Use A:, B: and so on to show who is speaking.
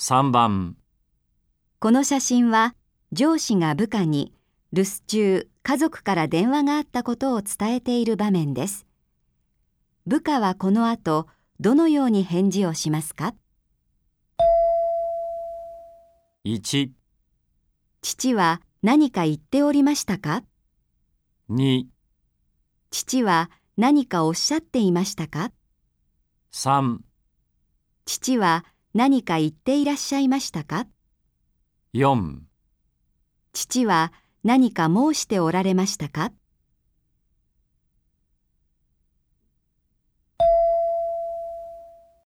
A: 3番、
B: この写真は上司が部下に留守中家族から電話があったことを伝えている場面です。部下はこの後どのように返事をしますか
A: 1、
B: 父は何か言っておりましたか
A: 2、
B: 父は何かおっしゃっていましたか
A: 3、
B: 父は何か言っていらっしゃいましたか
A: 4。
B: 父は何か申しておられましたか